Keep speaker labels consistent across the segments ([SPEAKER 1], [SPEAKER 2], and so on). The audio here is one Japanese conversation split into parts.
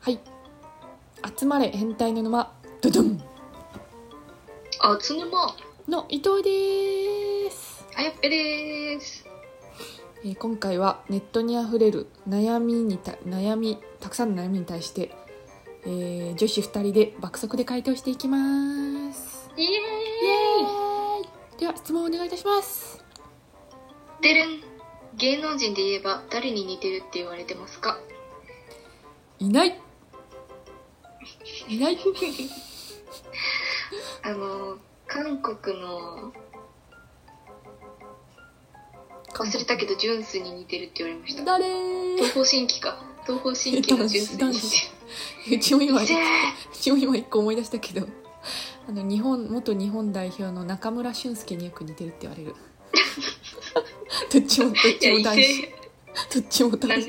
[SPEAKER 1] はい集まれ変態の沼ドドン
[SPEAKER 2] あつぬま
[SPEAKER 1] の伊藤です、
[SPEAKER 2] あやっぺです
[SPEAKER 1] えー今回はネットにあふれる悩みにた悩みたくさんの悩みに対して、えー女子2人で爆速で回答していきます
[SPEAKER 2] イエーイ
[SPEAKER 1] イエーイでは質問お願いいたします
[SPEAKER 2] でるん芸能人で言えば誰に似てるって言われてますか
[SPEAKER 1] いないい ない
[SPEAKER 2] あの韓国の忘れたけどジュンスに似てるって言われました
[SPEAKER 1] 誰
[SPEAKER 2] 東方神起か東方神起のジュンスに似て
[SPEAKER 1] う ちも今
[SPEAKER 2] るせー
[SPEAKER 1] うちも今一個思い出したけど あの日本元日本代表の中村俊輔によく似てるって言われる どっちもどっ
[SPEAKER 2] い
[SPEAKER 1] ち
[SPEAKER 2] や
[SPEAKER 1] も
[SPEAKER 2] 異
[SPEAKER 1] 男子
[SPEAKER 2] 性
[SPEAKER 1] どっちも
[SPEAKER 2] な
[SPEAKER 1] 男子
[SPEAKER 2] んでなん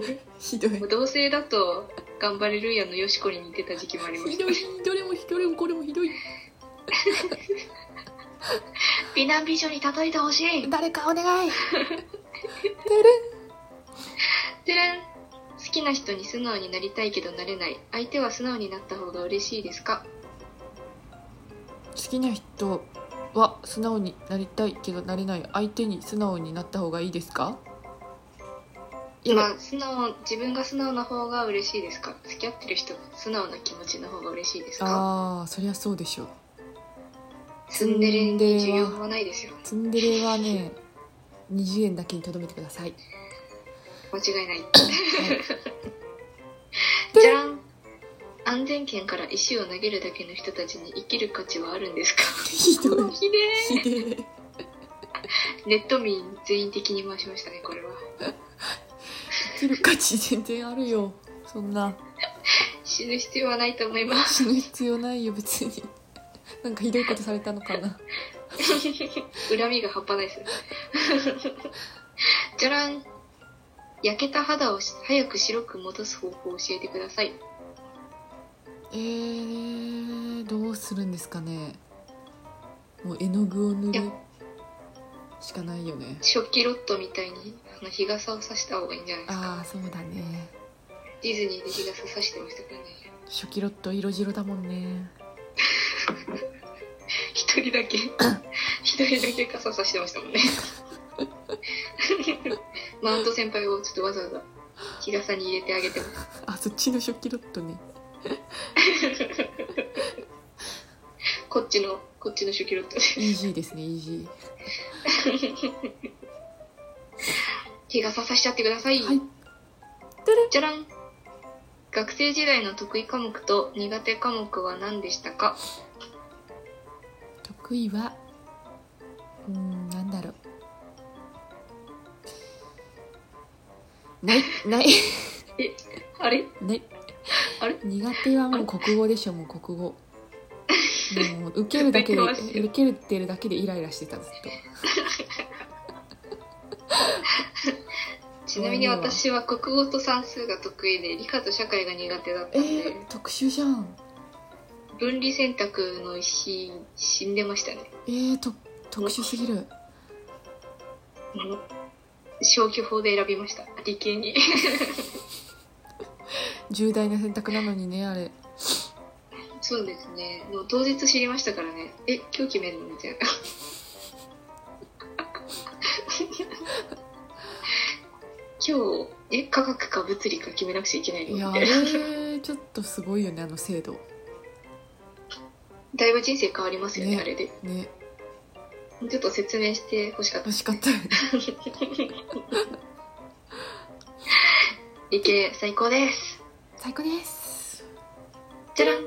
[SPEAKER 2] で
[SPEAKER 1] ひどい
[SPEAKER 2] もう同性だと頑張れるやのよしこに似てた時期もありま
[SPEAKER 1] ひ
[SPEAKER 2] し
[SPEAKER 1] ど
[SPEAKER 2] た
[SPEAKER 1] いどれもどれもこれもひどい
[SPEAKER 2] 美男美女に例えてほしい
[SPEAKER 1] 誰かお 願い
[SPEAKER 2] てれん好きな人に素直になりたいけどなれない相手は素直になった方が嬉しいですか
[SPEAKER 1] 好きな人は素直になりたいけどなれない相手に素直になった方がいいですかいや、
[SPEAKER 2] まあ素直自分が素直な方が嬉しいですか付き合ってる人が素直な気持ちの方が嬉しいですか
[SPEAKER 1] ああそりゃそうでしょう
[SPEAKER 2] ツンデレに需要はないですよ
[SPEAKER 1] ツンデレはね20円だけにとどめてください
[SPEAKER 2] 間違い ない
[SPEAKER 1] はい
[SPEAKER 2] じゃん安全圏から石を投げるだけの人たちに生きる価値はあるんですか
[SPEAKER 1] ひどい
[SPEAKER 2] ひで
[SPEAKER 1] ひでえ
[SPEAKER 2] えネット民全員的に回しましたねこれは
[SPEAKER 1] 生きる価値全然あるよそんな
[SPEAKER 2] 死ぬ必要はないと思います
[SPEAKER 1] 死ぬ必要ないよ別になんかひどいことされたのかな
[SPEAKER 2] 恨みが半端ないです じゃらん焼けた肌を早く白く戻す方法を教えてください
[SPEAKER 1] えー、どうするんですかねもう絵の具を塗るしかないよね
[SPEAKER 2] 食器ロットみたいにあの日傘を差した方がいいんじゃないですか
[SPEAKER 1] ああそうだね
[SPEAKER 2] ディズニーで日傘差してましたからね
[SPEAKER 1] 初期ロット色白だもんね
[SPEAKER 2] 一人だけ 一人だけ傘差してましたもんね マウント先輩をちょっとわざわざ日傘に入れてあげてます
[SPEAKER 1] あそっちの初期ロットね
[SPEAKER 2] こっちのこっちの手記ロットで
[SPEAKER 1] イージーですねイージ
[SPEAKER 2] 日傘差しちゃってください、
[SPEAKER 1] ーはい
[SPEAKER 2] じゃらん学生時代の得意科目と苦手科目は何でしたか
[SPEAKER 1] 得意はうーんなんだろうないない
[SPEAKER 2] あれ
[SPEAKER 1] ね
[SPEAKER 2] あれ
[SPEAKER 1] 苦手はもう国語でしょもう国語もう受けるだけで
[SPEAKER 2] 受けてました
[SPEAKER 1] 受けるってるだけでイライラしてたずっと
[SPEAKER 2] ちなみに私は国語と算数が得意で理科と社会が苦手だった
[SPEAKER 1] え
[SPEAKER 2] んで、
[SPEAKER 1] ー、特殊じゃん
[SPEAKER 2] 分離選択の日死んでましたね
[SPEAKER 1] えー、と特殊すぎる
[SPEAKER 2] うん消去法で選びました理系に
[SPEAKER 1] 重大な選択なのにねあれ
[SPEAKER 2] そうですねもう当日知りましたからねえ今日決めるのみたい な今日え科学か物理か決めなくちゃいけないの
[SPEAKER 1] い
[SPEAKER 2] み
[SPEAKER 1] やあ
[SPEAKER 2] たいな
[SPEAKER 1] れちょっとすごいよねあの制度
[SPEAKER 2] だいぶ人生変わりますよね
[SPEAKER 1] ね
[SPEAKER 2] あれで
[SPEAKER 1] ね
[SPEAKER 2] もうちょっと説明してほしかった
[SPEAKER 1] 惜しかったよね
[SPEAKER 2] 理系最高です
[SPEAKER 1] 最高です
[SPEAKER 2] じゃらん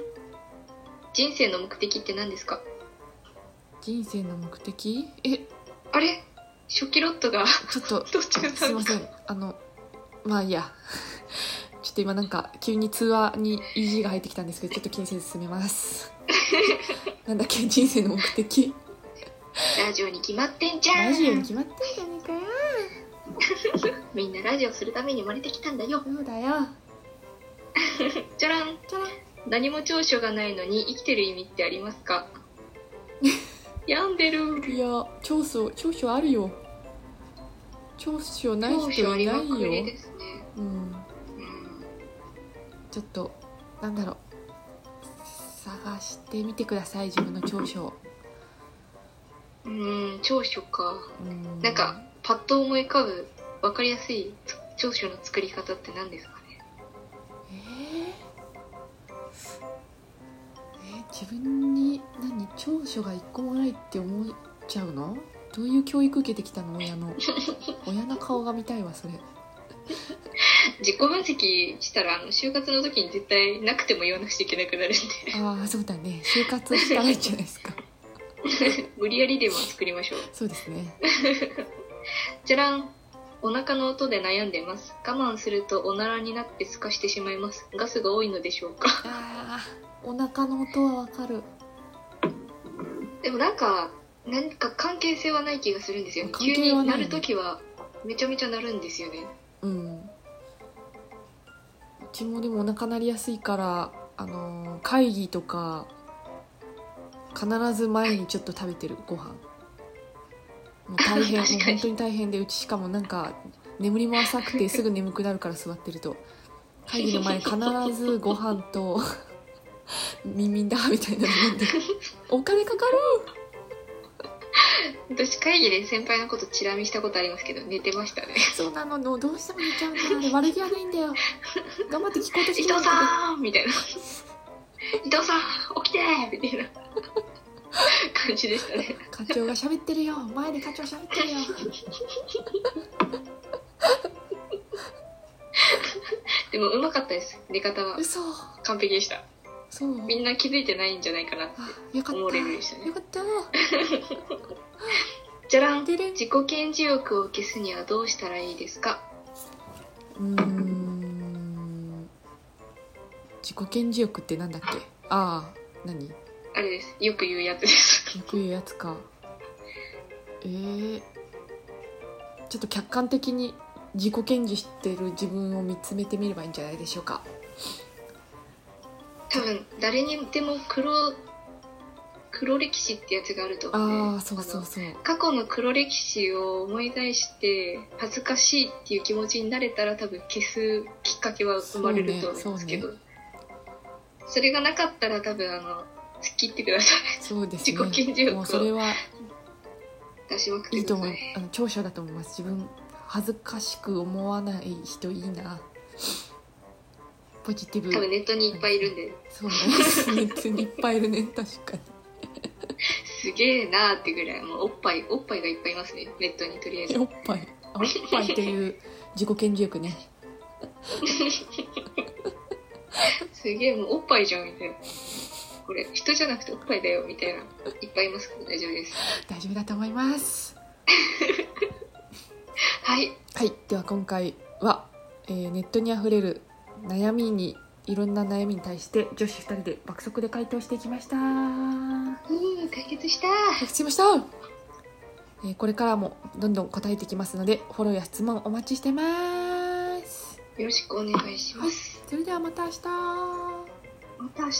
[SPEAKER 2] 人生の目的って何ですか
[SPEAKER 1] 人生の目的え
[SPEAKER 2] あれ初期ロッ トが
[SPEAKER 1] ちょっと
[SPEAKER 2] 途中だった
[SPEAKER 1] すいませんあのまあいいや ちょっと今なんか急に通話に EG が入ってきたんですけどちょっと気にせず進めます なんだっけ人生の目的
[SPEAKER 2] ラジオに決まってんじゃん
[SPEAKER 1] ラジオに決まってんじゃねえかよ
[SPEAKER 2] みんなラジオするために生まれてきたんだよ
[SPEAKER 1] そうだよ
[SPEAKER 2] じゃらん
[SPEAKER 1] じゃら
[SPEAKER 2] 何も長所がないのに生きてる意味ってありま すか病んでる
[SPEAKER 1] いや長所長所あるよ長所ない
[SPEAKER 2] 長
[SPEAKER 1] 人
[SPEAKER 2] 所あ
[SPEAKER 1] い
[SPEAKER 2] り
[SPEAKER 1] な
[SPEAKER 2] ま
[SPEAKER 1] い
[SPEAKER 2] く
[SPEAKER 1] よ
[SPEAKER 2] りですね
[SPEAKER 1] うん
[SPEAKER 2] うん
[SPEAKER 1] じちょっとなんだろう探してみてください自分の長所を
[SPEAKER 2] うーん長所か
[SPEAKER 1] うん
[SPEAKER 2] なんかパッと思い浮かぶ分かりやすいつ長所の作り方って何ですかね
[SPEAKER 1] えーえー自分に何長所が一個もないって思っちゃうのどういう教育受けてきたの親の親の顔が見たいわそれ
[SPEAKER 2] 自己分析したらあの就活の時に絶対なくても言わなくちゃいけなくなるんで
[SPEAKER 1] ああそうだね就活したらいいじゃないですか
[SPEAKER 2] 無理やりでも 作りましょう
[SPEAKER 1] そうですね
[SPEAKER 2] じゃらんお腹の音で悩んでます我慢するとおならになってすかしてしまいますガスが多いのでしょうか
[SPEAKER 1] あーお腹の音はわかる
[SPEAKER 2] でもなんかなんか関係性はない気がするんですよね
[SPEAKER 1] 関
[SPEAKER 2] 急
[SPEAKER 1] 係
[SPEAKER 2] に
[SPEAKER 1] はな
[SPEAKER 2] ない
[SPEAKER 1] ね
[SPEAKER 2] る時はめちゃめちゃなるんですよね
[SPEAKER 1] うんうちもでもお腹鳴りやすいからあのー会議とか必ず前にちょっと食べてるご飯もう大 変も
[SPEAKER 2] 確
[SPEAKER 1] う
[SPEAKER 2] かに
[SPEAKER 1] 本当に大変でうちしかもなんか眠りも浅く てすぐ眠くなるから座ってると会議の前必ずご飯 とミンミンだみたいなの飲んでお金かかる
[SPEAKER 2] 私会議で先輩のことチラ見したことありますけど寝てましたね
[SPEAKER 1] そうなのどうしても寝ちゃうんだよあれ悪気はないんだよ頑張って聞こうと
[SPEAKER 2] 伊
[SPEAKER 1] してるんだけ
[SPEAKER 2] 藤
[SPEAKER 1] ど
[SPEAKER 2] さんみたいな伊藤さん起きてみたいな感じでしたね
[SPEAKER 1] 課長が喋ってるよ前で課長喋ってるよ
[SPEAKER 2] でもうまかったです寝方は
[SPEAKER 1] 嘘
[SPEAKER 2] 完璧でした
[SPEAKER 1] そう
[SPEAKER 2] みんな気づいてないんじゃないかな
[SPEAKER 1] あよかっ
[SPEAKER 2] 思うレベルでした
[SPEAKER 1] た
[SPEAKER 2] ね
[SPEAKER 1] よかった
[SPEAKER 2] じゃらん
[SPEAKER 1] てれん
[SPEAKER 2] 自己顕示欲を消すにはどうしたらいいですか
[SPEAKER 1] うーん自己顕示欲ってなんだっけああ何よ
[SPEAKER 2] あれですよく言うやつです
[SPEAKER 1] く言うやつかえー、ちょっと客観的に自己顕示してる自分を見つめてみればいいんじゃないでしょうか
[SPEAKER 2] 多分誰にでも黒黒歴史ってやつがあると思うんで
[SPEAKER 1] ああそうそうそう
[SPEAKER 2] あの過去の黒歴史を思い返して恥ずかしいっていう気持ちになれたら多分消すきっかけは生まれると思いますけど
[SPEAKER 1] そ
[SPEAKER 2] そ,、れがなかったら多分あの突っ切ってください
[SPEAKER 1] そうですね
[SPEAKER 2] 自己顕示欲を
[SPEAKER 1] もうそれは
[SPEAKER 2] 出しまくって
[SPEAKER 1] いい
[SPEAKER 2] くだ
[SPEAKER 1] と
[SPEAKER 2] さ
[SPEAKER 1] 思
[SPEAKER 2] いう
[SPEAKER 1] あの長所だと思います自分恥ずかしく思わない人いいなポジティブ
[SPEAKER 2] 多分ネットにいっぱいいるんで
[SPEAKER 1] そうですね別にいっぱいいるね確かに
[SPEAKER 2] すげえなーってぐらいもうおっぱいおっぱいがいっぱいいますねネットにとりあえず
[SPEAKER 1] おっぱいあおっぱいという自己顕示欲ね
[SPEAKER 2] すげえもうおっぱいじゃんみたいなこれ人じゃなくておっぱいだよみたいないっぱいいますから大丈夫です
[SPEAKER 1] 大丈夫だと思います
[SPEAKER 2] はい
[SPEAKER 1] はいでは今回は、えーネットにあふれる悩みにいろんな悩みに対して女子2人で爆速で回答していきました
[SPEAKER 2] うー解決した
[SPEAKER 1] おしました、えーこれからもどんどん答えていきますのでフォローや質問お待ちしてます
[SPEAKER 2] よろしくお願いします
[SPEAKER 1] それではまた明日
[SPEAKER 2] また明日